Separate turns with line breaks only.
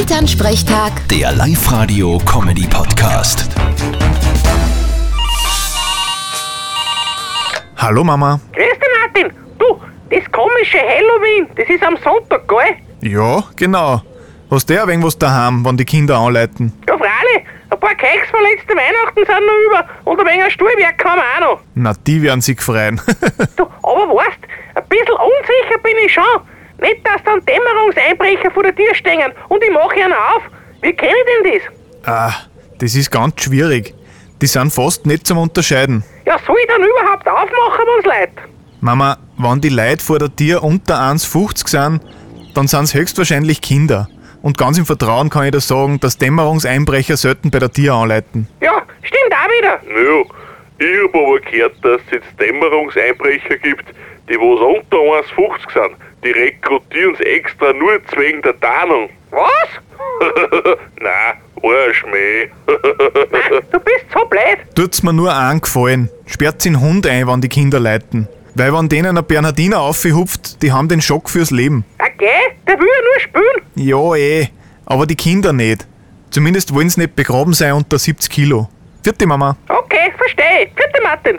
Elternsprechtag,
Der Live-Radio-Comedy-Podcast.
Hallo Mama.
Grüß dich, Martin. Du, das komische Halloween, das ist am Sonntag, gell?
Ja, genau. Hast du ein wenig was daheim, wenn die Kinder anleiten?
Ja, freilich. Ein paar Keks von letzten Weihnachten sind noch über und ein wenig Stuhlwerk haben wir auch noch.
Na, die werden sich freuen.
Du, aber weißt, ein bisschen unsicher bin ich schon. Nicht, dass dann Dämmerungseinbrecher vor der Tür stehen und ich mache einen auf. Wie kenne ich denn das?
ah, das ist ganz schwierig. Die sind fast nicht zum Unterscheiden.
Ja, soll ich dann überhaupt aufmachen, wenn's leid?
Mama, wenn die Leute vor der Tür unter 1,50 sind, dann sind es höchstwahrscheinlich Kinder. Und ganz im Vertrauen kann ich dir sagen, dass Dämmerungseinbrecher selten bei der Tür anleiten.
Ja, stimmt auch wieder.
Ja, ich hab aber gehört, dass es jetzt Dämmerungseinbrecher gibt, die was unter 1,50 sind. Die rekrutieren's extra nur wegen der Tarnung.
Was?
Na, Arschmäh.
Nein, du bist so blöd.
Tut's mir nur einen Gefallen. Sperrt den Hund ein, wenn die Kinder leiten. Weil wenn denen ein Bernhardiner aufhupft, die haben den Schock fürs Leben.
Okay, der will ja nur spülen.
Ja, eh. Aber die Kinder nicht. Zumindest wollen sie nicht begraben sein unter 70 Kilo. Vierte Mama.
Okay, verstehe. Bitte, Martin.